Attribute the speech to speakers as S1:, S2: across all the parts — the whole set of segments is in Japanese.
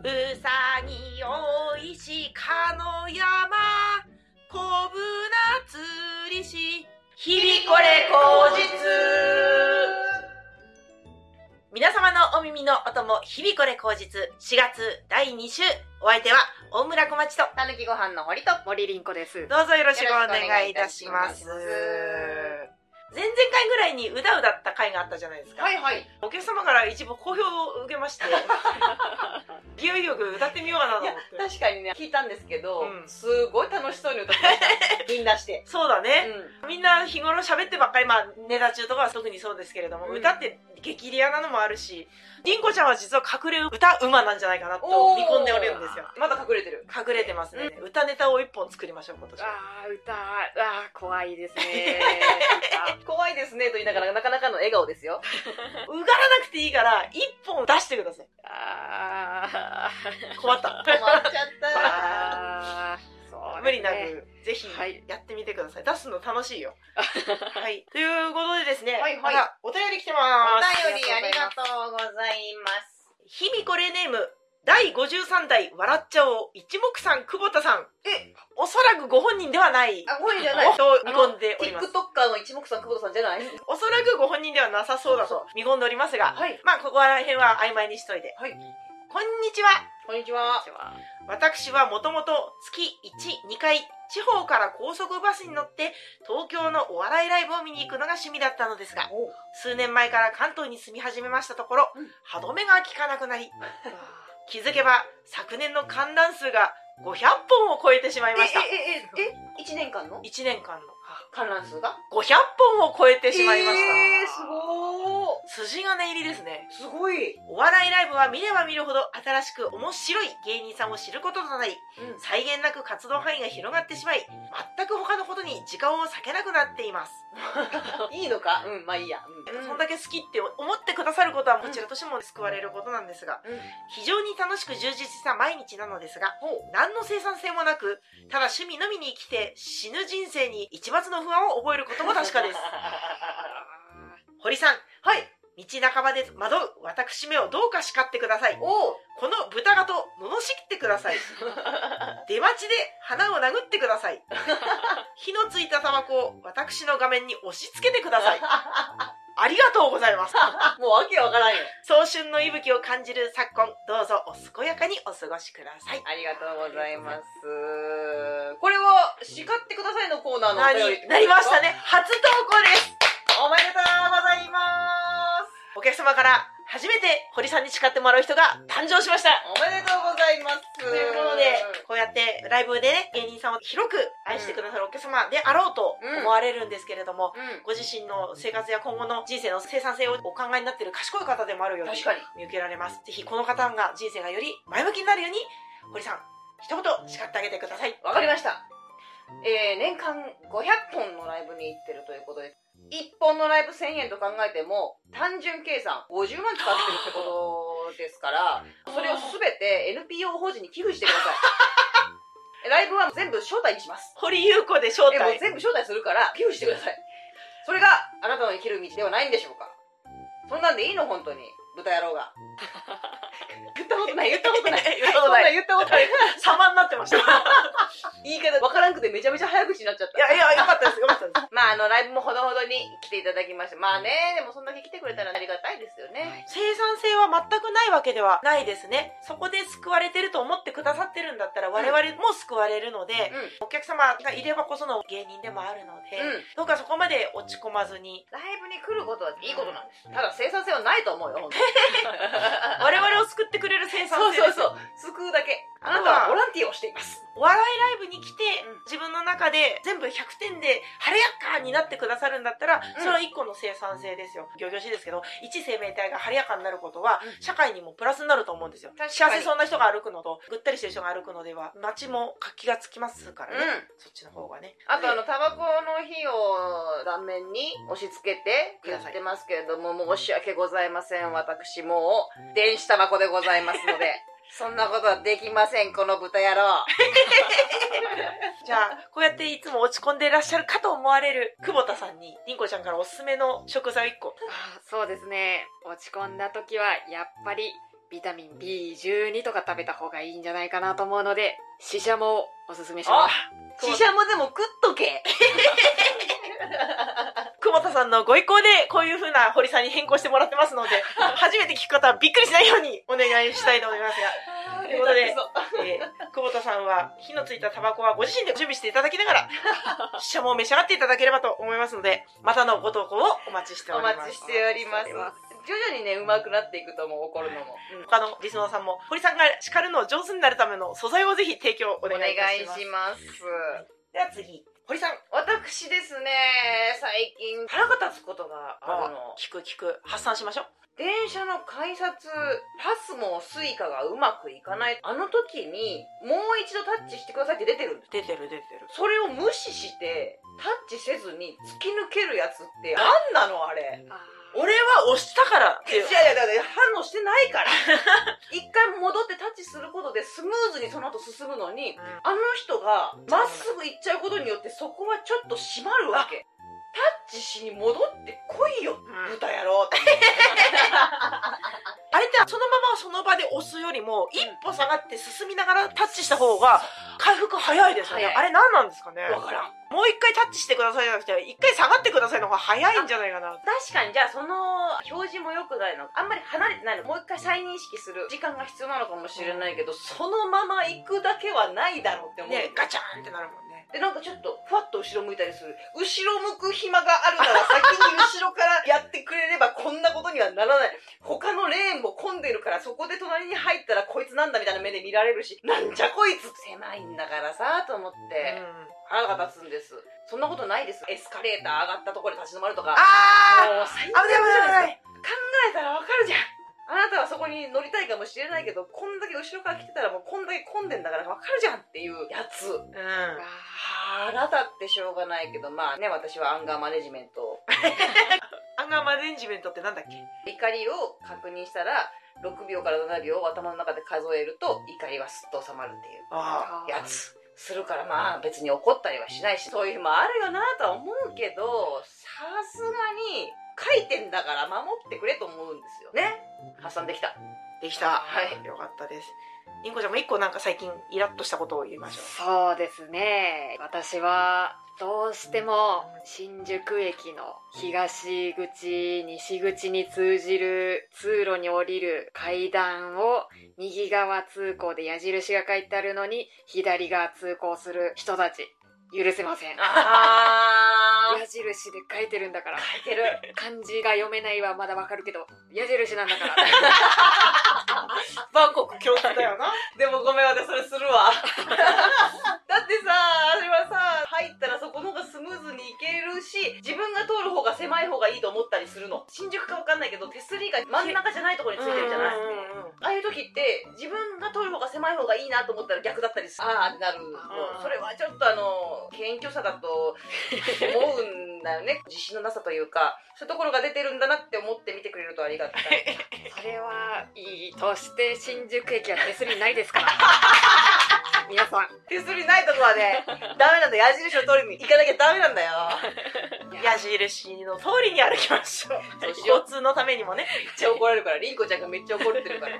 S1: 草に用いしかの山こぶな釣りし日々これ口実皆様のお耳のお供日々これ口実4月第2週お相手は大村小町と
S2: たぬきご飯の堀と森凛子です。
S1: どうぞよろしくお願いいたします
S2: よろしくお願いい
S1: 前々回ぐらいにうだうだった回があったじゃないですか、
S2: いはい。
S1: お客様から一部好評を受けま して 勢いよく歌ってみようかなと思
S2: いや
S1: っ、て
S2: 確かにね、聞いたんですけど、
S1: うん
S2: すごい楽しそうに歌ってま した。みんなして。
S1: そうだ
S2: う
S1: ね、
S2: ん。
S1: みんな日頃喋ってばっかりまあネタ中とかは特にそうですけれども、
S2: うん
S1: 歌って激レアなのもあるしりんこちゃんは実は隠れ歌馬なんじゃないかなと
S2: おー
S1: 見込んでおるんですよ
S2: まだ隠れてる。
S1: 隠れてますね、歌ネタを一本作りましょう今年は
S2: ああ、歌、ああ、怖いですね。 怖いですね、と言いながら、なかなかの笑顔ですよ。
S1: うがらなくていいから一本出してください
S2: あ
S1: 困 った
S2: あ、止まっちゃ った。
S1: 無理なく、ぜひ
S2: はい
S1: やってみてください、出すの楽しい よはいということでですね、
S2: はいはい
S1: まだお便り来てま
S2: お
S1: す
S2: 便りありが
S1: う
S2: とうございます。
S1: 日々これネーム第53代笑っちゃおう一目さん久保田さん
S2: え
S1: おそらくご本人ではない
S2: あ、本人じゃない。
S1: と見込んでおります
S2: TikToker の一目散久保田さんじゃない
S1: おそらくご本人ではなさそうだ
S2: そう
S1: と見込んでおりますが
S2: はい。
S1: まあここら辺は曖昧にしといて
S2: はい。
S1: こんにちは
S2: こんにちは。
S1: 私はもともと月1、2回、地方から高速バスに乗って東京のお笑いライブを見に行くのが趣味だったのですが、
S2: おう
S1: 数年前から関東に住み始めましたところ
S2: うん、
S1: 歯止めが効かなくなり、気づけば昨年の観覧数が500本を超えてしまいました。
S2: え、え、え、え、一年間の
S1: 1年間の
S2: 観覧数が
S1: 500本を超えてしまいまし
S2: えー、すごー
S1: た。筋金入りですね。
S2: すごい。
S1: お笑いライブは見れば見るほど新しく面白い芸人さんを知ることとなり、
S2: うん。
S1: 際限なく活動範囲が広がってしまい全く他のことに時間を割けなくなっています、
S2: いいのかうん、まあいいや。うん。
S1: そんだけ好きって思ってくださることはこちらとしても救われることなんですが
S2: うん。
S1: 非常に楽しく充実した毎日なのですが
S2: ほ
S1: 何の生産性もなくただ趣味のみに生きて死ぬ人生に一抹の不安を覚えることも確か です堀さん
S2: はい。
S1: 道半ばで惑う私めをどうか叱ってください
S2: おう。
S1: この豚ガと罵ってくださ い出待ちで鼻を殴ってくだ さい火のついたタバコを私の画面に押し付けてくだ さいありがとうございます
S2: もうわけわからんよ。
S1: 早春の息吹を感じる昨今どうぞお健やかにお過ごしください
S2: ありがとうございます。これは、叱ってくださいのコーナーの
S1: な
S2: お便り
S1: りなりました。ね初投稿です
S2: おめでとうございます。
S1: お客様から初めて堀さんに誓ってもらう人が誕生しました
S2: おめでとうございます。
S1: ということでこうやってライブでね芸人さんを広く愛してくださるお客様であろうと思われるんですけれども、
S2: うん。
S1: ご自身の生活や今後の人生の生産性をお考えになっている賢い方でもあるように
S2: 確かに。
S1: 見受けられますぜひこの方が人生がより前向きになるように堀さん一言叱ってあげてください
S2: わかりました。えー、年間500本のライブに行ってるということです。1本のライブ1000円と考えても、単純計算50万使ってるってことですから、それをすべて NPO 法人に寄付してくださ い。ライブは全部招待にします。
S1: 堀優子で招
S2: え、もう
S1: 待
S2: 全部招待するから寄付してください。それがあなたの生きる道ではないんでしょうかそんなんでいいの本当に。豚野郎 が。言ったことない、言ったこと ない。
S1: 言ったことない
S2: 言ったことない。
S1: 様になってましたい
S2: 言い方わからんくてめちゃめちゃ早口になっちゃった。
S1: やいやよかったですよかったです
S2: まあ、あの、ライブもほどほどに来ていただきました。まあね、でもそんだけ来てくれたらありがたいですよね。
S1: 生産性は全くないわけではないですねそこで救われてると思ってくださってるんだったら我々も救われるので、お客様がいればこその芸人でもあるので、
S2: うん。うん。
S1: どうかそこまで落ち込まずに
S2: ライブに来ることはいいことなんです。ただ生産性はないと思うよ、本当に
S1: 我々を救ってくれる生産
S2: そう
S1: 性ですよ
S2: そうそう。救うだけ。あなたはボランティアをしています。
S1: お笑いライブに来て、
S2: うん
S1: 自分の中で全部100点で晴れやかになってくださるんだったら、
S2: うん
S1: それは一個の生産性ですよ。行々しいですけど、一生命体が晴れやかになることは、
S2: うん
S1: 社会にもプラスになると思うんですよ
S2: 確か。に
S1: 幸せそうな人が歩くのと、ぐったりしてる人が歩くのでは、街も活気がつきますからね。
S2: ん。
S1: そっちの方がね。
S2: あとあの、タバコの火を顔面に押し付けて
S1: く
S2: 言
S1: ださ
S2: っ
S1: い
S2: てますけれども、申し訳ございません。私もう、電子タバコでございますので、 そんなことはできません、この豚野郎。
S1: じゃあ、こうやっていつも落ち込んでいらっしゃるかと思われる久保田さんに、りんこちゃんからおすすめの食材を1個。
S3: あそうですね落ち込んだ時はやっぱりビタミン B12 とか食べた方がいいんじゃないかなと思うので、シシャモをおすすめします。
S2: シシャもでも食っと け。
S1: 久保田さんのご意向でこういう風な堀さんに変更してもらってます ので、初めて聞く方はびっくりしないようにお願いしたいと思います
S2: と
S1: いうことでが、えー久保田さんは火のついたタバコはご自身で準備していただきながら、シャモを召し上がっていただければと思いますので、またのご投稿をお待ちしてお
S2: お
S1: ります。
S2: 待ちしております。徐々にね、上手くなっていくと思う、怒るのも。
S1: うん他のリスナーさんも、堀さんが叱るのを上手になるための素材をぜひ提供お
S2: お
S1: 願
S2: 願
S1: いいたし
S2: い
S1: ます。
S2: します。
S1: では次、堀さん。
S2: 私ですね、最近腹が立つことがあるの。
S1: 聞く聞く、発散しましょう。
S2: 電車の改札、パスもスイカがうまくいかない。あの時に、もう一度タッチしてくださいって出てるんです。
S1: 出てる出てる。
S2: それを無視して、タッチせずに突き抜けるやつって、なんなのあれ。
S3: あー
S1: 俺は押したからっ
S2: い
S1: ていう
S2: や。いや、だから反応してない から。一回戻ってタッチすることでスムーズにその後進むの
S1: う
S2: に、
S1: ん
S2: あの人がまっすぐ行っちゃうことによってそこはちょっと閉まるわけ。タッチしに戻ってこいよ、
S1: うん
S2: 豚野郎って。
S1: あれってそのままその場で押すよりも一歩下がって進みながらタッチした方が回復早いですよねあれ
S2: 早い
S1: 何なんですかね
S2: わからん。
S1: もう一回タッチしてくださいじゃなくて一回下がってくださいの方が早いんじゃないかな
S2: 確かにじゃあその表示も良くないのあんまり離れてないのもう一回再認識する時間が必要なのかもしれないけどそのまま行くだけはないだろうって思う、
S1: ねガチャンってなるもんね
S2: でなんかちょっとふわっと後ろ向いたりする後ろ向く暇があるなら先に後ろからやってくれればこんなことにはならない他のレーンも混んでるからそこで隣に入ったらこいつなんだみたいな目で見られるしなんじゃこいつ狭いんだからさと思っ
S1: う
S2: て
S1: ん
S2: 腹が立つんですそんなことないですエスカレーター上がったところで立ち止まると
S1: あ
S2: か
S1: ー
S2: もう最
S1: 危ない危ない危ない
S2: 考えたらわかるじゃんあなたはそこに乗りたいかもしれないけどこんだけ後ろから来てたらもうこんだけ混んでんだからわかるじゃんっていうや
S1: う
S2: つ
S1: ん
S2: 腹立ってしょうがないけどまあね私はアンガーマネジメントを
S1: アンガーマネジメントってなんだっけ
S2: 怒りを確認したら6秒から7秒を頭の中で数えると怒りはすっと収まるっていう
S1: あ
S3: あー
S2: やつするからまあ別に怒ったりはしないしそういう日もあるよなとは思うけどさすがに書いてんだから守ってくれと思うんですよね発散できた
S1: できた
S2: はい
S1: よかったですりんこちゃんも一個なんか最近イラッとしたことを言いましょう
S3: そうですね。私は、どうしても新宿駅の東口、西口に通じる通路に降りる階段を右側通行で矢印が書いてあるのに左側通行する人たち、許せません。
S2: あ
S3: 矢印で書いてるんだから。
S2: 書いてる
S3: 漢字が読めないはまだわかるけど、矢印なんだ から。
S1: バンコク共通だよな
S2: でもごめん私それするわだってさあれはさ入ったらそこの方がスムーズに行けるし自分が通る方が狭い方がいいと思ったりするの新宿か分かんないけど手すりが真ん中じゃないところについてるじゃない
S1: うんうんうん
S2: ああいう時って自分が通る方が狭い方がいいなと思ったら逆だったりするああなる
S1: ん
S2: それはちょっとあの謙虚さだと思うんだよね自信のなさというかそういうところが出てるんだなって思って見てくれるとありがたい
S3: それはいいとして、新宿駅は手すりないです から。皆さん。
S2: 手すりないとこはね、ダメなんだ。矢印を取りに行かなきゃダメなんだよ。
S1: 矢印の通りに歩きましょう
S2: そうしよ う
S1: 交通のためにもね
S2: めっちゃ怒られるから、リンコちゃんがめっちゃ怒ってるから。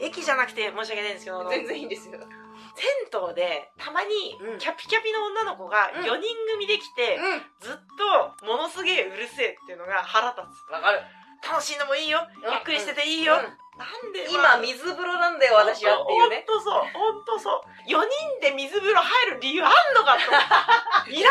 S1: 駅じゃなくて申し訳ないんですけどあの
S2: 全然いいんですよ。
S1: 銭湯でたまに
S2: うん
S1: キャピキャピの女の子が
S2: うん
S1: 4人組で来て、
S2: う
S1: ずっとものすげえうるせえっていうのが腹立
S2: ん。わかる。
S1: つ楽しいのもいいよゆっくりしてていいよ、なんで、
S2: 今、
S1: 水
S2: 水風呂なんだよ、私はっていうね。
S1: ほんとそうほんとそう4人で水風呂入る理由あんの かといらないでし
S2: い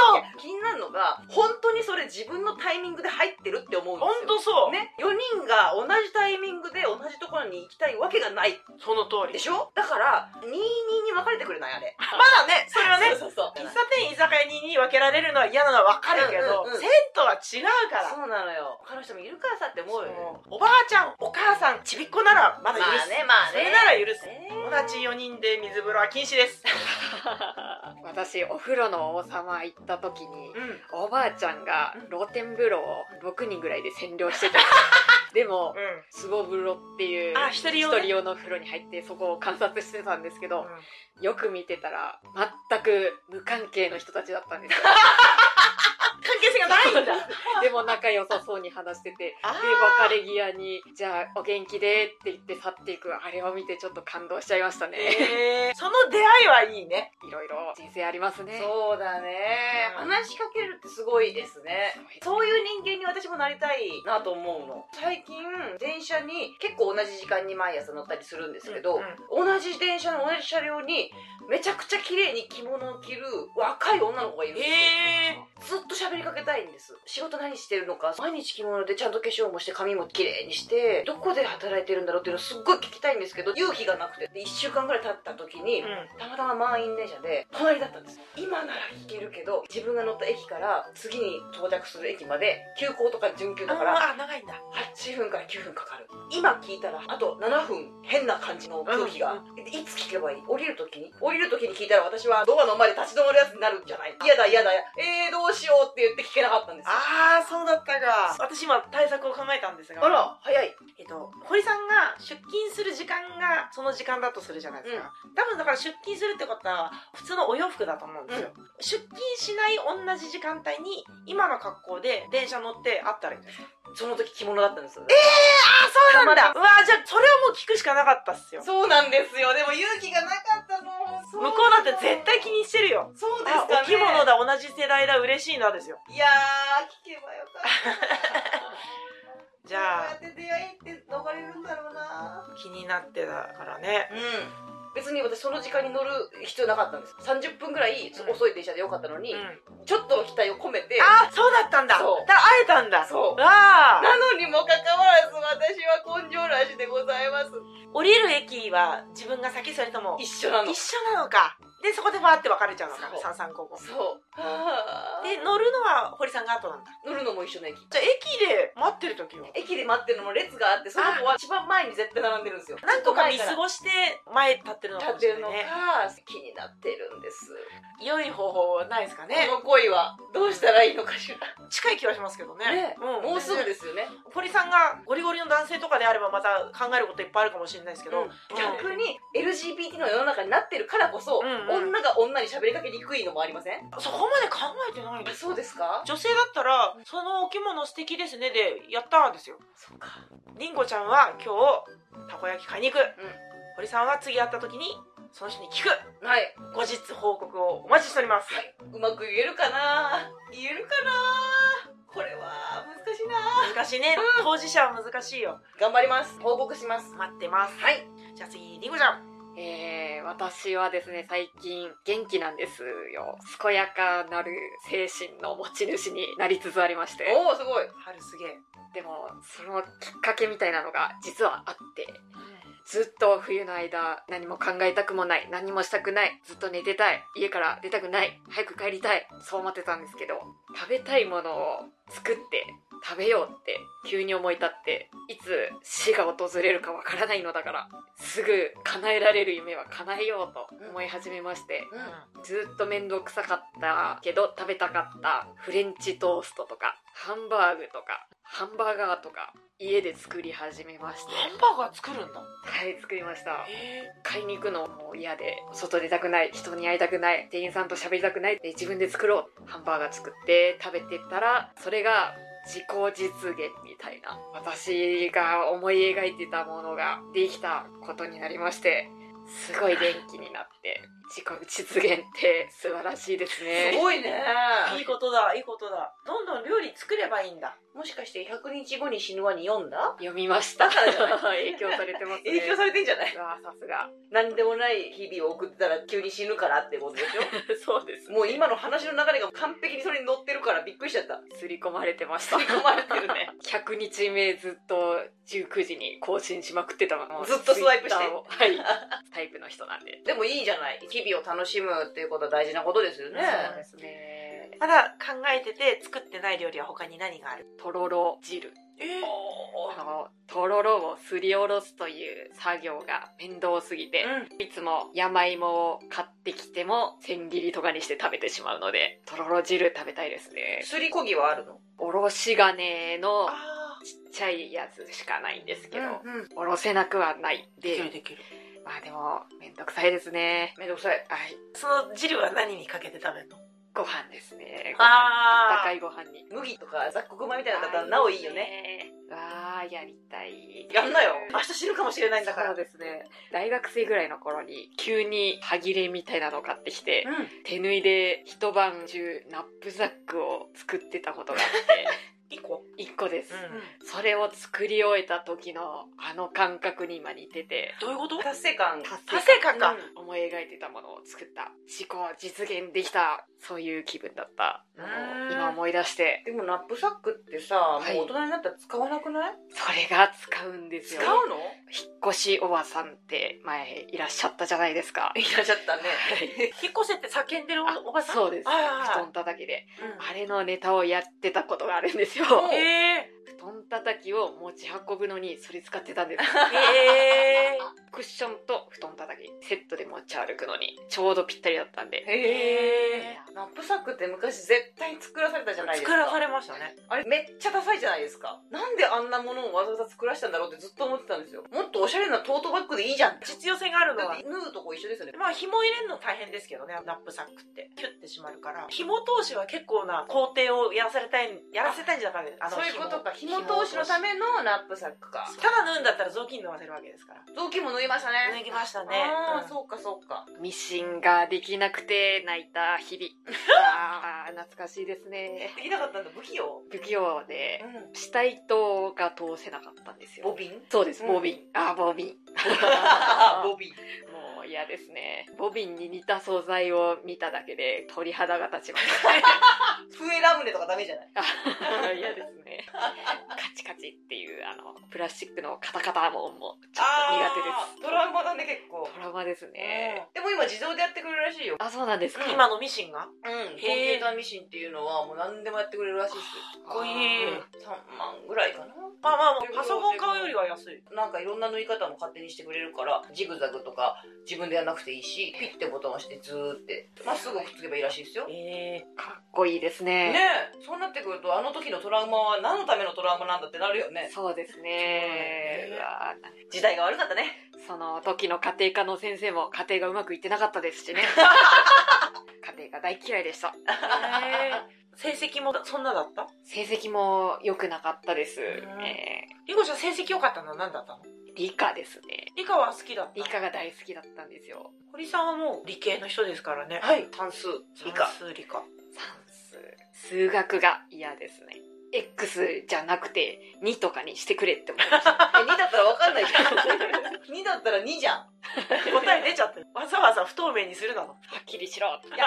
S1: ょ
S2: や気になるのが、本当にそれ自分のタイミングで入ってるって思うんで
S1: ほん
S2: すよ。
S1: とそう、
S2: ね、4人が同じタイミングで同じところに行きたいわけがない
S1: その通り
S2: でしょだから22に分かれてくれないあ れ
S1: まだねそれはね
S2: そうそうそう
S1: 喫茶店居酒屋に分けられるのは嫌なのは分かるけど、
S2: うんうんうん
S1: 銭湯は違うから
S2: そうなのよ他の人もいるからさって思うよね
S1: おばあちゃんお母さんちびっこならまだ許す、
S2: まあねまあね
S1: それなら許す
S2: ね
S1: 友達4人で水風呂は禁止です、
S3: 私お風呂の王様行った時に
S1: うん、
S3: おばあちゃんが露天風呂を6人ぐらいで占領してた でも壺風呂っていう
S1: あ一人用ね
S3: 一の風呂に入ってそこを観察してたんですけ
S1: うん
S3: どよく見てたら全く無関係の人たちだったんですよ
S1: 悲関係性がない
S3: そうだ でも仲良さそうに話してて
S1: あ
S3: で別れ際に「じゃあお元気で」って言って去っていくあれを見てちょっと感動しちゃいましたね、
S1: えーその出会いはいいね
S3: いろいろ人生ありますね
S2: そうだね、
S1: うん
S2: 話しかけるってすごいですねそういう人間に私もなりたいなと思うの最近電車に結構同じ時間に毎朝乗ったりするんですけど、
S1: うん
S2: 同じ電車の同じ車両にめちゃくちゃ綺麗に着物を着る若い女の子がいるんですよ、
S1: へえ
S2: ずっと喋りかけたいんです仕事何してるのか毎日着物でちゃんと化粧もして髪も綺麗にしてどこで働いてるんだろうっていうのすっごい聞きたいんですけど勇気がなくてで1週間ぐらい経った時に、たまたま満員電車で隣だったんです今なら行けるけど自分が乗った駅から次に到着する駅まで急行とか準急だから
S1: あー長いんだ
S2: 8分から9分かかる今聞いたらあと7分変な感じの空気が、でいつ聞けばいい降りる時に降りる時に聞いたら私はドアの前で立ち止まるやつになるんじゃない嫌だ嫌だえー、どうしようって言って聞けなかったんですよ
S1: ああそうだったか私今対策を考えたんですが
S2: あら早い
S1: えっと、堀さんが出勤する時間がその時間だとするじゃないですか、多分だから出勤するってことは普通のお洋服だと思うんですよ、出勤しない同じ時間帯に今の格好で電車乗って会ったらいいんですよ
S2: その時着物だったんです
S1: あそう
S2: なんだ
S1: うわじゃあそれはもう聞くしかなかったっすよ向こ
S2: そうなんですよでも勇気がなかったの向
S1: うだって絶対気にしてるよ
S2: そうです
S1: あ
S2: かね
S1: お着物だ同じ世代だ嬉しいなですよ
S2: いやー聞けばよか った
S1: じゃあ
S2: こうやって出会いって逃れるんだろうな
S1: 気になってたからね
S2: うん別に私その時間に乗る必要なかったんです30分ぐら
S1: う
S2: い
S1: ん
S2: 遅い電車でよかったのに、
S1: うん
S2: ちょっと期待を込めて
S1: あそうだったんだだか
S2: そう
S1: ら会えたんだ
S2: そう
S1: わあ
S2: なのにもかかわらず私は根性らしでございます
S1: 降りる駅は自分が先それとも
S2: 一緒なの
S1: 一緒なのかでそこでファーって別れちゃうのか
S2: そう
S1: 三三五五
S2: そうはあ
S1: で乗るのは堀さんが後なんだ
S2: 乗るのも一緒の駅
S1: じゃあ駅で待ってる時は
S2: 駅で待ってるのも列があってその子は一番前に絶対並んでるんですよ
S1: 何個か見過
S2: 立
S1: ごして前立ってるのかも
S2: っ
S1: してれ
S2: る
S1: ない
S2: のが
S1: ね
S2: 気になってるんです
S1: 良い方法はないですかね
S2: この恋はどうしたらいいのかしら
S1: 近い気はしますけどね
S2: ね
S1: うん、
S2: もうすぐですすよね
S1: 堀さんがゴリゴリの男性とかであればまた考えることいっぱいあるかもしれないですけど、
S2: うん逆に LGBT の世の中になってるからこそ、
S1: うんうん
S2: 女が女に喋りかけにくいのもありません
S1: そこまで考えてないです
S2: そうですか
S1: 女性だったら「そのお着物素敵ですね」でやったーですよ
S2: そうか
S1: りんごちゃんは今日たこ焼き買いに行く、堀さんは次会った時にその人に聞く
S2: はい、
S1: 後日報告をお待ちしております
S2: はい、うまく言えるかな言えるかなこれは難しいな
S1: 難しいね当事者は難しいよ
S2: 頑張ります報告します
S1: 待ってます
S2: はい
S1: じゃあ次りんごちゃん
S3: えー私はですね最近元気なんですよ健やかなる精神の持ち主になりつつありまして
S2: おおすごい
S1: 春すげえ
S3: でもそのきっかけみたいなのが実はあってずっと冬の間何も考えたくもない何もしたくないずっと寝てたい家から出たくない早く帰りたいそう思ってたんですけど食べたいものを作って食べようって急に思い立っていつ死が訪れるかわからないのだからすぐ叶えられる夢は叶えようと思い始めまして
S2: うん
S3: ずっと面倒くさかったけど食べたかったフレンチトーストとかハンバーグとかハンバーガーとか家で作り始めまして
S1: ハンバーガー作るんだ
S3: はい作りました
S1: へえ
S3: 買いに行くのも嫌で外出たくない人に会いたくない店員さんと喋りたくないで自分で作ろうハンバーガー作って食べてたらそれが自己実現みたいな私が思い描いてたものができたことになりましてすごい元気になって自己実現って素晴らしいです
S2: す
S3: ね
S2: ごいね
S1: いいことだいいことだどんどん料理作ればいいんだ
S2: もしかして100日後に死ぬワニ読んだ
S3: 読みました
S2: だからじゃな
S3: 影響されてますね
S2: 影響されてんじゃないう
S3: わさすが
S2: 何でもない日々を送ってたら急に死ぬからってことでし
S3: そうです
S2: ょもう今の話の流れが完璧にそれに乗ってるからびっくりしちゃった
S3: 刷り込まれてました
S2: 吸い込まれてる ね
S3: 100日目ずっと19時に更新しまくってたの
S2: ずっとスワイプして
S3: Twitter を はいタイプの人なんで、
S2: でもいいじゃない日々を楽しむっていうことは大事なことですよね
S1: そう
S3: ですね
S1: まだ考えてて作ってない料理は他に何がある
S3: とろろ汁
S1: え
S3: このとろろをすりおろすという作業が面倒すぎて、いつも山芋を買ってきても千切りとかにして食べてしまうのでとろろ汁食べたいですね
S2: すりこぎはあるの
S3: おろし金の
S1: あ
S3: ちっちゃいやつしかないんですけど、
S2: うん
S3: おろせなくはない
S1: で
S3: で
S1: きるできる
S3: まあでも面倒くさいですね
S2: めんどくさい
S3: はい
S1: その汁は何にかけて食べるの
S3: ご飯ですね。ご飯あった
S1: あ
S3: か
S1: あ
S3: いご飯に。
S2: 麦とか雑穀米みたいなのだったらなおいいよね。
S3: あー。わあ、やりたい。
S2: やんなよ
S1: 明日死ぬかもしれないんだか
S3: そ
S1: ら
S3: うですね。大学生ぐらいの頃に急に歯切れみたいなの買ってきて、
S2: う
S3: 手縫いで一晩中ナップザックを作ってたことがあっ
S1: 1個
S3: て、1個です。
S1: うん
S2: ん。
S3: それを作り終えた時のあの感覚に今似てて、
S1: どういうこと
S2: 達成感。
S1: 達成感か、
S2: う
S3: 思い描いてたものを作った思考実現できたそういう気分だったの
S1: う
S3: を
S1: ん
S3: 今思い出して
S2: でもナップサックってさ、
S3: い
S2: もう大人になったら使わなくない
S3: それが使うんですよ
S1: 使うの
S3: 引っ越しおばさんって前いらっしゃったじゃないですか
S2: いらっしゃったね。
S1: 引っ越せって叫んでる
S3: あ
S1: おばさん
S3: そうです
S1: ああ
S3: 布団叩きで
S1: う
S3: あれのネタをやってたことがあるんですよ
S1: んへ
S3: 布団叩きを持ち運ぶのにそれ使ってた んです
S1: えへえ
S3: クッションと布団叩きセットで持ち歩くのにちょうどぴったりだったんで
S2: へ
S1: へ
S2: え。ナップサックって昔絶対作らされたじゃないですか。
S1: 作らされましたね
S2: あれめっちゃダサいじゃないですか。なんであんなものをわざわざ作らせたんだろうってずっと思ってたんですよ。もっとおしゃれなトートバッグでいいじゃんって。
S1: 実用性があるの
S2: だっ
S1: は
S2: て縫うとこ一緒ですよね。
S1: まあ紐入れるの大変ですけどねナップサックってキュッてしまるから紐通しは結構な工程をやらされたいやらせたいんじゃなくてあの
S2: そういう
S1: 紐
S2: ことか。紐通しのためのナップサックか。
S1: ただ縫うんだったら雑巾縫わせるわけですから
S2: 雑巾も縫いましたね。
S1: 縫いましたね
S2: あ
S1: う
S2: あ、
S1: ん
S2: そうかそうか。
S3: ミシンができなくて泣いた日々あー懐かしいですね
S2: できなかったんだ、不器用。
S3: 不器用で
S2: う
S3: 死体刀が通せなかったんです
S2: ん。ボ
S3: よ
S2: ビン
S3: そうです
S2: うん
S3: ボビン、あー ボビン
S2: ボビン。
S3: もう嫌ですねボビンに似た素材を見ただけで鳥肌が立ちま し
S2: 笛ラムネとかダメじゃない
S3: た嫌ですねカチカチっていうあのプラスチックのカタカタももちょっと苦手です
S2: トラウマだね、結構。
S3: トラウマですね、
S2: でも今自動でやってくれるらしいよ。
S3: あそうなんですか、
S1: 今のミシンが
S2: うん。コンピ
S1: へ
S2: ュ
S1: え
S2: ーターミシンっていうのはもう何でもやってくれるらしいですよ。
S1: かっこいい
S3: あー
S2: 3万ぐらいかな。
S1: まあまあパソコン買うよりは安い
S2: なんかいろんな縫い方も勝手にしてくれるから、ジグザグとか自分でやらなくていいし、ピッてボタンを押してずーって、まっすぐくっつけばいいらしいですよ。ね
S1: ええ
S3: かっこいいですね
S2: え、そうなってくるとあの時のトラウマは何のためのトラウマなんだってなるよね。
S3: そうですね
S1: そう
S3: うわ
S2: 時代が悪かったね。
S3: その時の家庭科の先生も家庭がうまくいってなかったです しね家庭が大嫌いでした
S1: 成績もそんなだった
S3: 成績も良くなかったです、
S1: ん
S3: え
S1: りこちゃん成績良かったのは何だったの
S3: ー理科ですね
S1: 理科は好きだった
S3: 理科が大好きだったんですよ
S1: 堀さんはもう理系の人ですからね
S2: はい、単数、理科
S1: 算。数理科
S3: 算数数学が嫌ですね X じゃなくて2とかにしてくれって思いました
S2: え、2だったら分かんないじゃん。2だったら2じゃん。
S1: 答え出ちゃってるわざわざ不透明にするなの
S3: はっきりしろ
S2: いや、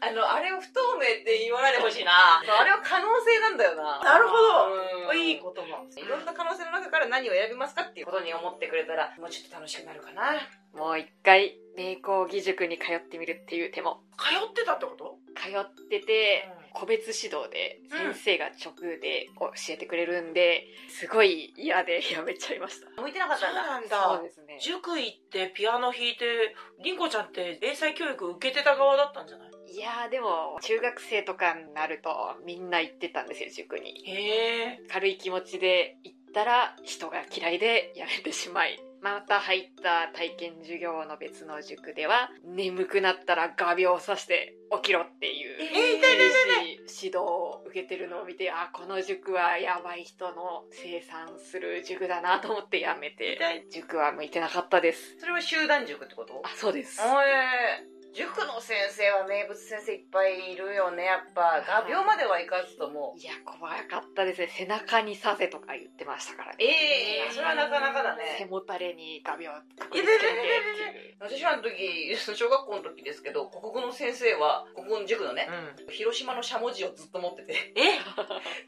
S2: あの、あれを不透明って言わないでほしいな。そうあれは可能性なんだよな。
S1: なるほ
S2: ど
S1: いい
S2: い
S1: 言葉
S2: ろんな可能性の中から何を選びますかっていうことに思ってくれたら、もうちょっと楽しくなるかな。
S3: もう一回名工義塾に通ってみるっていう手も
S1: 通ってたってこと
S3: 通ってて個別指導で先生が直で教えてくれるんで、すごい嫌でやめちゃいました
S2: 向いてなかっ
S1: そ
S2: た
S1: うん
S2: だ。
S1: なん
S3: そう
S1: だ
S3: ですね
S1: 塾行ってピアノ弾いてりんこちゃんって英才教育受けてた側だったんじゃない
S3: いやーでも中学生とかになるとみんな行ってたんですよ塾に
S1: へえ
S3: 軽い気持ちで行ったら人が嫌いでやめてしまいまた入った体験授業の別の塾では眠くなったら画鋲を刺して起きろっていう
S2: えー
S3: 厳
S2: 痛い痛い
S3: しい指導を受けてるのを見てあこの塾はやばい人の生産する塾だなと思ってやめて
S1: 痛い
S3: 塾は向いてなかったです
S2: それは集団塾ってこと
S3: あそうです
S2: えー塾の先生は名物先生いっぱいいるよね、やっぱ。画鋲まではいかずとも。
S3: いや怖かったですね背中に刺せとか言ってましたからね
S2: ええそれはなかなかだね。
S3: 背もたれに画 鋲をくく
S2: い
S3: り
S2: や
S3: つ
S2: い
S3: けて
S2: や
S3: っ
S2: い
S3: て
S2: やいや
S3: いう
S2: 私らの時、小学校の時ですけど、国語の先生は、国語の塾のね
S1: う、ん
S2: 広島のしゃもじをずっと持ってて。
S1: え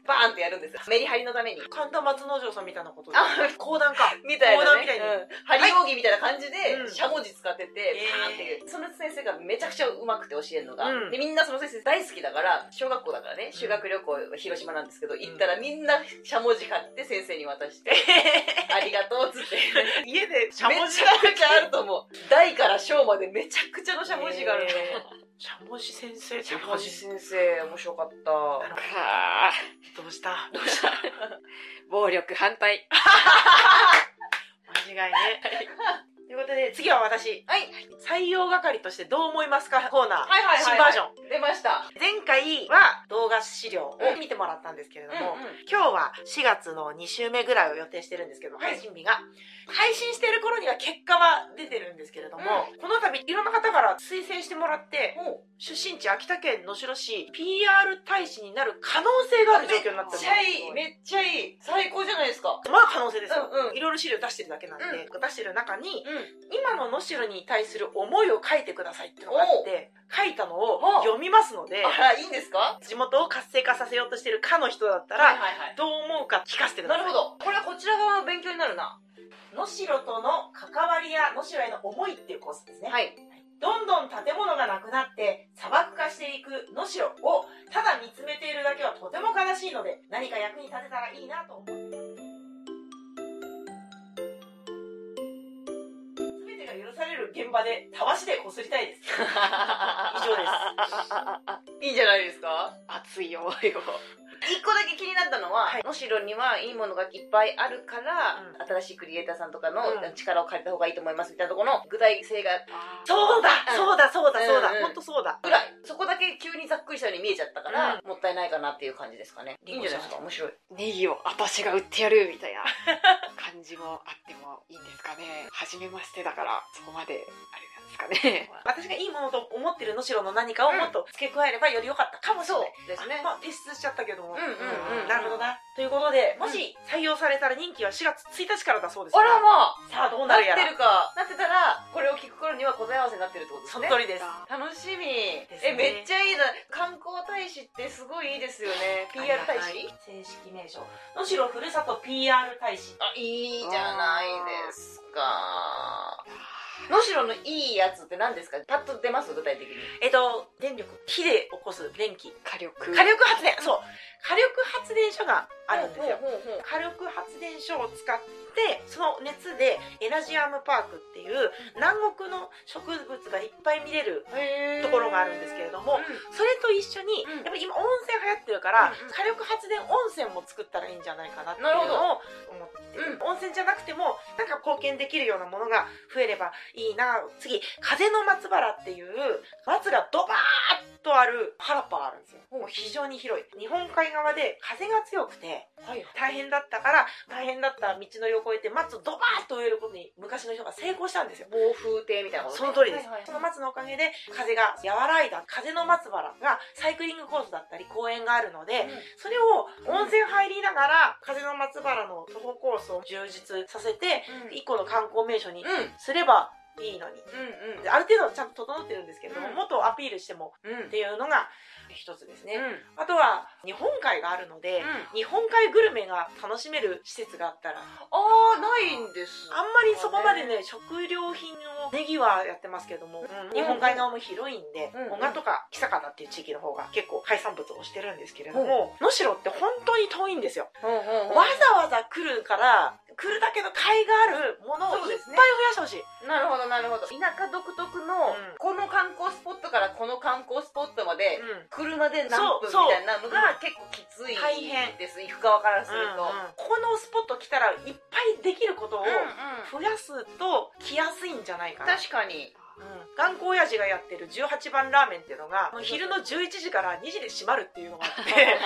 S2: バーンってやるんですよ。メリハリのために。
S1: 神田松之丞さんみたいなこと
S2: あ
S1: 講談か
S2: みたいな、ね。
S1: 講談みたいに
S2: うんハリボーギみたいな感じで、
S1: うん
S2: しゃもじ使ってて、
S1: へー
S2: パーンっていう。その先生がめちゃくちゃうまくて教えるのが、
S1: うん
S2: で、みんなその先生大好きだから、小学校だからね、修学旅行、広島なんですけど、行ったらみんなしゃもじ買って先生に渡して、 ありがとうっつって。
S1: 家で し
S2: めちゃくちゃあると思う。大から小までめちゃくちゃのしゃもじがあると思う。
S1: しゃもじ先生って
S2: しゃもじ
S1: 初め
S2: 先生、面白かった。
S3: かあ
S1: てどうした
S2: どうした
S3: 暴力反対
S1: 間違いねということで、次は私。
S2: はい
S1: 採用係としてどう思いますかコーナー。
S2: はいはいはいはい
S1: 新バージョン。
S2: 出ました
S1: 前回は動画資料を見てもらったんですけれども、今日は4月の2週目ぐらいを予定してるんですけど、
S2: はい
S1: 配信日が。配信してる頃には結果は出てるんですけれども、この度いろんな方から推薦してもらって、
S2: も
S1: 出身地秋田県能代市 PR 大使になる可能性がある状況になったん
S2: めっ
S1: です
S2: ちゃいいめっちゃいい最高じゃないですか
S1: まあ可能性ですよ。
S2: うんうん
S1: いろいろ資料出してるだけなんで、出してる中に、
S2: うん
S1: 今の能代に対する思いを書いてくださいってのがあって、書いたのを
S2: おう
S1: 読みますので、
S2: あらいいんですか
S1: 地元を活性化させようとしてるかの人だった
S2: はい
S1: ら、
S2: はいはい
S1: どう思うか聞かせてくだ
S2: な
S1: さい。
S2: るほどこれはこちら側の勉強になる な
S1: 能代との関わりや能代への思いっていうコースですね、
S2: はい
S1: どんどん建物がなくなって砂漠化していく能代をただ見つめているだけはとても悲しいので何か役に立てたらいいなと思う全てが許される現場でたわしでこすりたい です以上です
S2: いいんじゃないですか
S3: 熱いよいよ
S2: 一個だけ気になったのは、
S1: はい
S2: 能代にはいいものがいっぱいあるから、
S1: う
S2: 新しいクリエイターさんとかの
S1: うん
S2: 力を借りた方がいいと思いますみたいなところの具体性が
S1: そうだ
S2: うん
S1: そうだそうだそうだ
S2: うんうん
S1: 本当そうだ
S2: ぐらいそこだけ急にざっくりしたように見えちゃったから、
S1: う
S2: もったいないかなっていう感じですかねいいんじゃないですか面白い
S3: ネギを私が売ってやるみたいな感じもあってもいいんですかね初めましてだからそこまであれなんですかね
S1: 私がいいものと思ってる能代の何かをもっと付け加えればより良かったかもしれ
S2: そ
S1: ないう
S2: ですね
S1: まあ、提出しちゃったけども。
S2: うんうん
S3: うん
S1: なるほどな。ということで、もし採用されたら任期は4月1日からだそうですから。
S2: まあ
S1: さあ、どうな
S2: なっ
S1: るやら。
S2: てるかなってたらこれを聞く頃には答え合わせになってるってことで
S1: そ
S2: す
S1: の
S2: ね
S1: 通りです。
S2: 楽しみ、
S1: ですね
S2: えめっちゃいいな観光大使ってすごいいいですよね PR 大使
S1: 正式名称。能代ふるさと PR 大使。
S2: あいいじゃないですか能代のいいやつって何ですかパッと出ます具体的に
S1: えっと、電力、火で起こす電気。
S3: 火力
S1: 火力発電、そう。火力発電所があるんですよ。
S2: ほうほうほう
S1: 火力発電所を使ってその熱でエナジアムパークっていう南国の植物がいっぱい見れる
S2: へー
S1: ところがあるんですけれども
S2: う
S1: それと一緒に、
S2: うん
S1: やっぱり今温泉流行ってるから、
S2: うんうん
S1: 火力発電温泉も作ったらいいんじゃないかなっていう
S2: なるほど
S1: のを思ってる、
S2: う
S1: 温泉じゃなくてもなんか貢献できるようなものが増えればいいな次風の松原っていう松がドバーッとある原っぱがあるんですよもう非常に広い日本海側で風が強くて
S2: んはい
S1: 大変だったから大変だった道のりを越えて松をドバーッと植えることに昔の人が成功したんですよ
S2: 暴風亭みたいなこと
S1: その
S2: ね
S1: 通りです、
S2: はいはい
S1: その松のおかげで風が和らいだ風の松原がサイクリングコースだったり公園があるので、
S2: うん
S1: それを温泉入りながら風の松原の徒歩コースを充実させて
S2: うん
S1: 一個の観光名所に
S2: うん
S1: すればいいのに。
S2: うん
S1: である程度ちゃんと整ってるんですけれども、
S2: うん
S1: もっとアピールしても
S2: うんうん
S1: っていうのが一つです
S2: う
S1: ね、
S2: ん
S1: あとは日本海があるので、日本海グルメが楽しめる施設があったら
S2: ああないんです
S1: あんまりそこまでね食料品のネギはやってますけども、
S2: うん
S1: 日本海側も広いんで
S2: うん
S1: 男鹿、とか木坂だっていう地域の方が結構海産物をしてるんですけれども能代、って本当に遠いんですよ、
S2: うんうんうん
S1: わざわざ来るから来るだけの甲斐があるものを
S2: そう
S1: いっぱい
S2: で
S1: 増
S2: すね
S1: やしてほしい、
S2: なるほどなるほど田舎独特
S1: う
S2: の、
S1: ん
S2: この観光スポットからこの観光スポットまで、
S1: うん
S2: 車で何分み
S1: そう
S2: たいなのが結構きつい
S1: 大変
S2: です行く側からする
S1: うんうん
S2: と、
S1: このスポット来たらいっぱいできることを
S2: うんう
S1: 増
S2: ん
S1: やすと来やすいんじゃないかな
S2: 確かに
S1: 頑固親父がやってる18番ラーメンっていうのが昼の11時から2時で閉まるって いうのがあって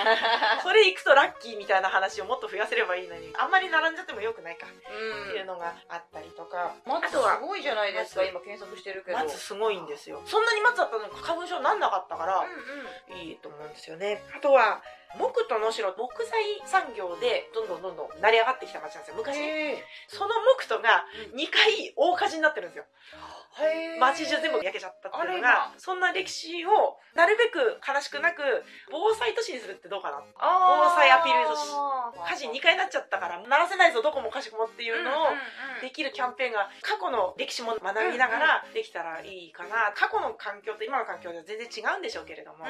S1: それ行くとラッキーみたいな話をもっと増やせればいいのにあんまり並んじゃってもよくないかっ
S2: う
S1: ていうのがあったりとか
S2: 松
S1: あとは
S2: すごいじゃないですか
S1: 松
S2: 今検索してるけど
S1: 松すごいんですよそんなに松だったのに花粉症になんなかったから
S2: う
S1: いいと思うんですよねあとは木と能代木材産業でどんどんどんどん成り上がってきた街なんですよ
S2: んうん
S1: 昔
S2: へ
S1: その木とが2回大火事になってるんですよ
S2: え
S1: 街中全部焼けちゃったっていうの
S2: あれ
S1: がそんな歴史をなるべく悲しくなく防災都市にするってどうかな
S2: あ
S1: 防災アピール都市火
S2: 火
S1: 事2回なっちゃったから鳴らせないぞどこもかしこもっていうのをできるキャンペーンが過去の歴史も学びながらできたらいいかな過去の環境と今の環境では全然違うんでしょうけれども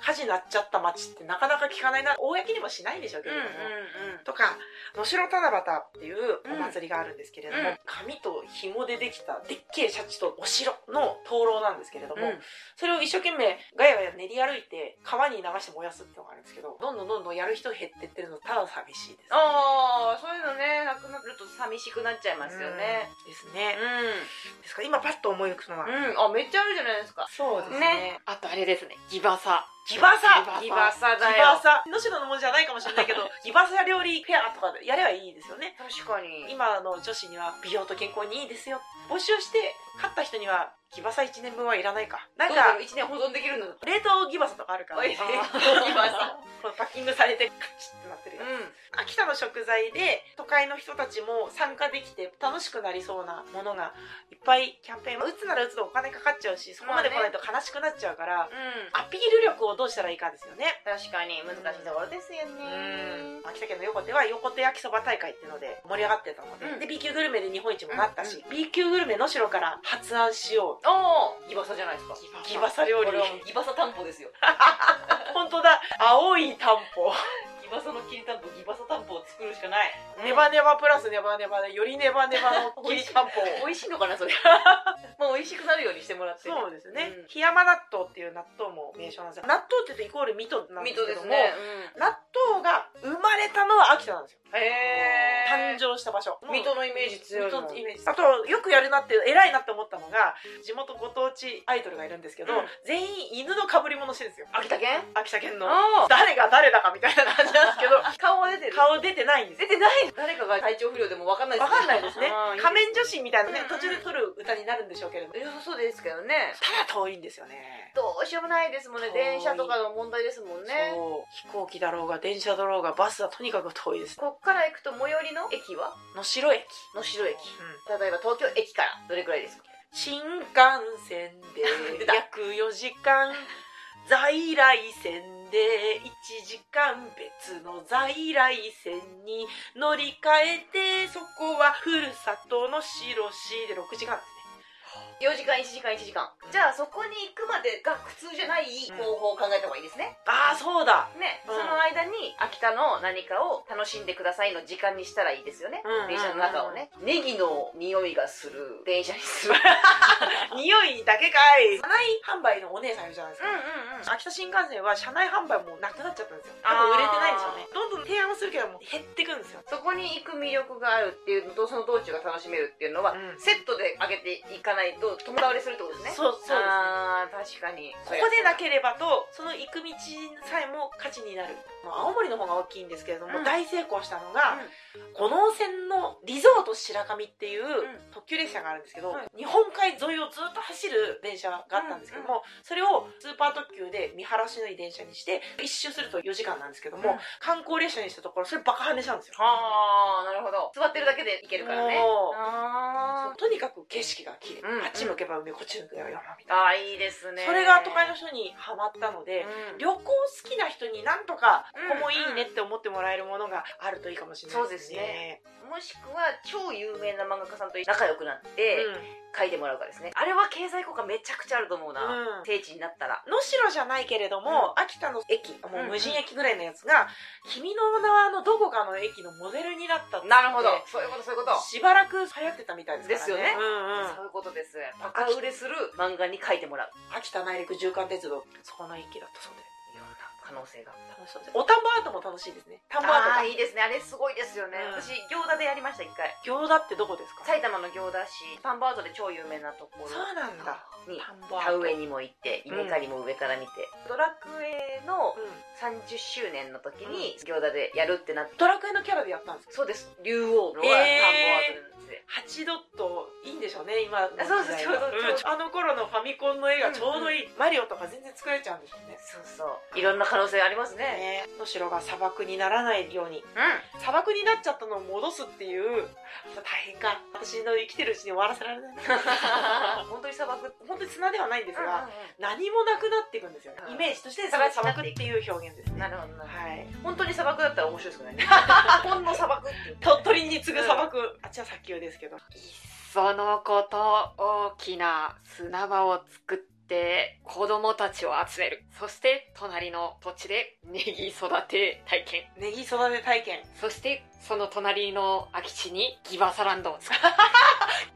S1: 火事になっちゃった街ってなかなか聞かないな公にもしないんでしょうけ
S2: う
S1: れ
S2: ん
S1: ど
S2: う
S1: も、
S2: ん
S1: とか能代七夕っていう
S2: うん
S1: お祭りがあるんですけれども、
S2: うん
S1: 紙と紐でできたでっけえシャチとお城の灯籠なんですけれども、
S2: うん
S1: それを一生懸命ガヤガヤ練り歩いて川に流して燃やすっていうのがあるんですけどどんどんどんどんやる人減ってってるのただ寂しいです、
S2: ああそういうのねなくなると寂しくなっちゃいますよね
S1: うんです
S2: う
S1: ね、ですから今パッと思い浮くのは、
S2: ん、うん、あめっちゃあるじゃないですか
S1: そうですね
S2: ね
S3: あとあれですねギバサ
S1: ギバサ
S2: ギバサだ
S1: ギバ
S2: よ
S1: サ能代のものじゃないかもしれない けどギバサ料理フェアとかでやればいいですよね
S2: 確かに
S1: 今の女子には美容と健康にいいですよ募集して勝った人にはギバサ1年分はいらないかなん
S2: どうだろ
S1: か
S2: う1年保存できるの
S1: 冷凍ギバサとかあるから
S2: おい
S1: ギ
S2: ギ
S1: バ
S2: バ
S1: サ
S2: サ
S1: このパッキングされてカチッってなってる
S2: う
S1: やつ
S2: ん
S1: 秋田の食材で都会の人たちも参加できて楽しくなりそうなものがいっぱいキャンペーン打つなら打つとお金かかっちゃうしそこまで来ないと悲しくなっちゃうから
S2: うん
S1: アピール力をどうしたらいいかですよね
S2: 確かに難しいところですよね
S1: うん秋田県の横手は横手焼きそば大会っていうので盛り上がってたので,、
S2: うん
S1: で B 級グルメで日本一もなったし、B 級グルメ能代から発案しよう
S2: おおギバサじゃないですか
S1: ギバサ料
S2: こ
S1: 理
S2: れはもうギバサ担保ですよ
S1: 本当だ青い担保
S2: ギバサのきりたんぽギバサ担保を作るしかない
S1: ネバネバプラスネバネバでよりネバネバのきりたんぽ
S2: 美味しいのか なそれまあ美味しくなるようにしてもらって
S1: そうですね
S2: うん
S1: 檜山納豆っていう納豆も名称なんですよ納豆って言うとイコール水戸なんで
S2: 水
S1: すけ
S2: 戸で
S1: ど
S2: す
S1: も、
S2: ね、
S1: 納豆が生まれたのは秋田なんですよ
S2: うん、へえ
S1: 誕生した場所
S2: 水戸のイメージ強いの
S1: 水戸のイメージあとよくやるなって偉いなって思ったのが地元ご当地アイドルがいるんですけど、
S2: うん
S1: 全員犬のかぶり物してるんですよ
S2: 秋田県
S1: 秋田県の
S2: あ
S1: 誰が誰だかみたいな感じなんですけど
S2: 顔は出てる
S1: 顔出てないんです
S2: 出てない誰かが体調不良でも分かんない
S1: わかんないですね
S2: あー
S1: 仮面女子みたいなね
S2: うん
S1: 途中で撮る歌になるんでしょうけれども
S2: 良さそうですけどね
S1: ただ遠いんですよね
S2: どうしようもないですもんね
S1: 遠い
S2: 電車とかの問題ですもんね
S1: そう飛行機だろうが電車だろうがバスはとにかく遠いです
S2: こっから行くと最寄りの駅は
S1: 能代駅、
S2: 能代駅
S1: うん
S2: 例えば東京駅からどれくらいですか
S1: 新幹線で
S2: 出た
S1: 約4時間在来線で1時間別の在来線に乗り換えてそこはふるさとの白市で6時間ですね
S2: 4時間1時間1時間じゃあそこに行くまでが苦痛じゃない方法を考えた方がいいですね
S1: ああそうだ
S2: ね、
S1: うん
S2: その間に秋田の何かを楽しんでくださいの時間にしたらいいですよね、
S1: うん
S2: 電車の中をねネギの匂いがする電車にす る
S1: 匂いだけかい車内販売のお姉さんいるじゃないですか、
S2: んうんうん
S1: 秋田新幹線は車内販売もうなくなっちゃったんですよ多
S2: あー
S1: 分売れてないんでしょうねどんどん提案をするけども減ってくんですよ
S2: そこに行く魅力があるっていうのとその道中が楽しめるっていうのは、
S1: うん
S2: セットで上げていかないと友倒れするってことですね
S1: そうそうですね
S2: あー確かに
S1: ここでなければとその行く道さえも価値になる青森の方が大きいんですけれども、
S2: うん
S1: 大成功したのが、五能線のリゾート白神っていう特急列車があるんですけど、
S2: はい
S1: 日本海沿いをずっと走る電車があったんですけども、それをスーパー特急で見晴らしのいい電車にして一周すると4時間なんですけども、
S2: うん
S1: 観光列車にしたところそれバカ跳ねしたんですよ。
S2: はあなるほど座ってるだけで行けるからね
S1: もうそ
S2: あ
S1: うとにかく景色が綺麗、
S2: うん
S1: あっち向けば海こっち向けば山み
S2: ー
S1: たい
S2: あーいいです
S1: な、
S2: ね
S1: それが都会の人にはまったので、
S2: うん
S1: 旅行好きな人になんとか
S2: うん
S1: ここもいいねって思ってもらえるものがあるといいかもしれないですね。
S2: もしくは超有名な漫画家さんと仲良くなって
S1: うん
S2: 書いてもらうかですね、あれは経済効果めちゃくちゃあると思うな、
S1: うん
S2: 聖地になったら
S1: 能代じゃないけれども、秋田の駅もう無人駅ぐらいのやつが「君の名は」のどこかの駅のモデルになったって
S2: なるほどそういうことそういうこと
S1: しばらく流行ってたみたいですからね
S2: ですよね
S1: うんうん
S2: そういうことですバカ売れする漫画に書いてもらう
S1: 秋田内陸縦貫鉄道そこの駅だったそうで
S2: いろんな可能性が
S1: 楽しそうですお田んぼアートも楽しいですね田んぼアート
S2: あ
S1: が
S2: あーいいですねあれすごいですよね、
S1: うん
S2: 私行田でやりました一回
S1: 行田ってどこですか
S2: 埼玉の行田市パンバートで超有名なところ
S1: そうなんだ
S2: に
S1: 田んぼアー
S2: 田
S1: ト
S2: 植えにも行って稲刈りも上から見て、ドラクエの
S1: うん
S2: 30周年の時に行田でやるってなって
S1: ドラクエのキャラでやったんですか
S2: そうです竜王のは田んぼアートなんですね
S1: 8ドットいいんでしょうね今の時代は
S2: あそうですちょうどち
S1: ん
S2: ょうど
S1: あの頃のファミコンの絵がちょうどいい、マリオとか全然作れちゃうんでしょうね
S2: そうそういろんな可能性ありますね
S1: ね能代が砂漠にならないように砂漠になっちゃったのを戻すっていう大変か私の生きてるうちに終わらせられないな
S2: 本当に砂漠
S1: 本当に砂ではないんですが、
S2: う
S1: 何もなくなっていくんですよね
S2: うん
S1: イメージとして砂
S2: 砂漠
S1: 漠っていう表現です
S2: ん
S1: ね
S2: なるほどなるほど
S1: はい
S2: 本当に砂漠だったら面白いですよね 日本の砂漠っていう
S1: 鳥取に次ぐ砂漠、あっちは砂丘ですけど
S3: いっそのこと大きな砂場を作っって子供たちを集める。そして隣の土地でネギ育て体験。
S1: ネギ育て体験
S3: そしてその隣の空き地にギバサランドを作る。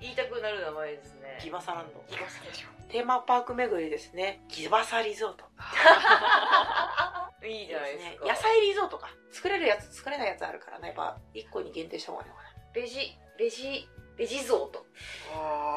S2: 言いたくなる名前ですね
S1: ギバサランド
S3: ギバサでしょ。
S1: テーマパーク巡りですねギバサリゾート
S2: いいじゃないですか
S1: ね野菜リゾートか作れるやつ作れないやつあるからねやっぱ1個に限定した方がいいのか
S2: ベジベジベジゾート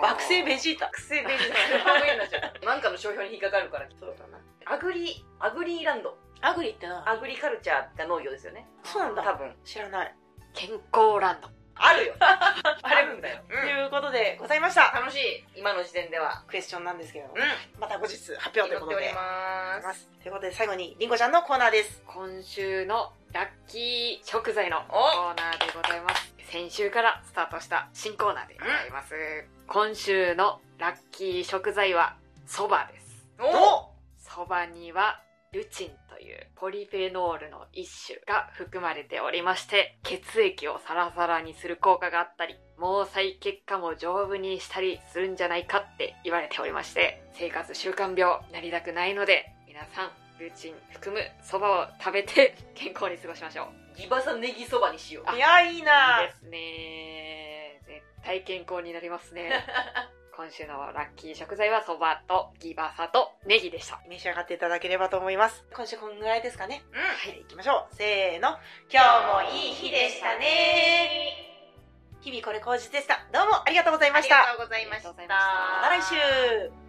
S1: な惑星ベジータ
S2: 学生ベジゾ ートなんかの商標に引っかかるから
S1: そうだな
S2: アグリアグリーランド
S1: アグリってな
S2: アグリカルチャーが農業ですよね
S1: そうなん
S2: 多
S1: だ
S2: 分
S1: 知らない
S3: 健康ランド。
S2: あるよ あるんだよ、
S1: ということでございました
S2: 楽しい今の時点では
S1: クエスチョンなんですけれども
S2: ん
S1: また後日発表という
S2: 祈
S1: こ
S2: って
S1: と
S2: おり
S1: で
S2: ま
S1: ますすということで最後にりんごちゃんのコーナーです
S3: 今週のラッキー食材のコ
S2: お
S3: ーナーでございます先週からスタートした新コーナーでございます今週のラッキー食材はそばです
S2: お
S3: そばにはルチンというポリフェノールの一種が含まれておりまして血液をサラサラにする効果があったり毛細血管を丈夫にしたりするんじゃないかって言われておりまして生活習慣病なりたくないので皆さんルチン含むそばを食べて健康に過ごしましょう
S2: ギバサネギそばにしよう
S1: いやいいない
S3: いですね絶対健康になりますね今週のラッキー食材はそばとギバサとネギでした
S1: 召し上がっていただければと思います今週こんぐらいですかね
S2: うん
S1: はい行きましょうせーの今日もいい日でしたね日々これ口実でしたどうもありがとうございました
S2: ありがとうございまし
S3: ありがとうござい
S2: た
S3: ました
S1: また来週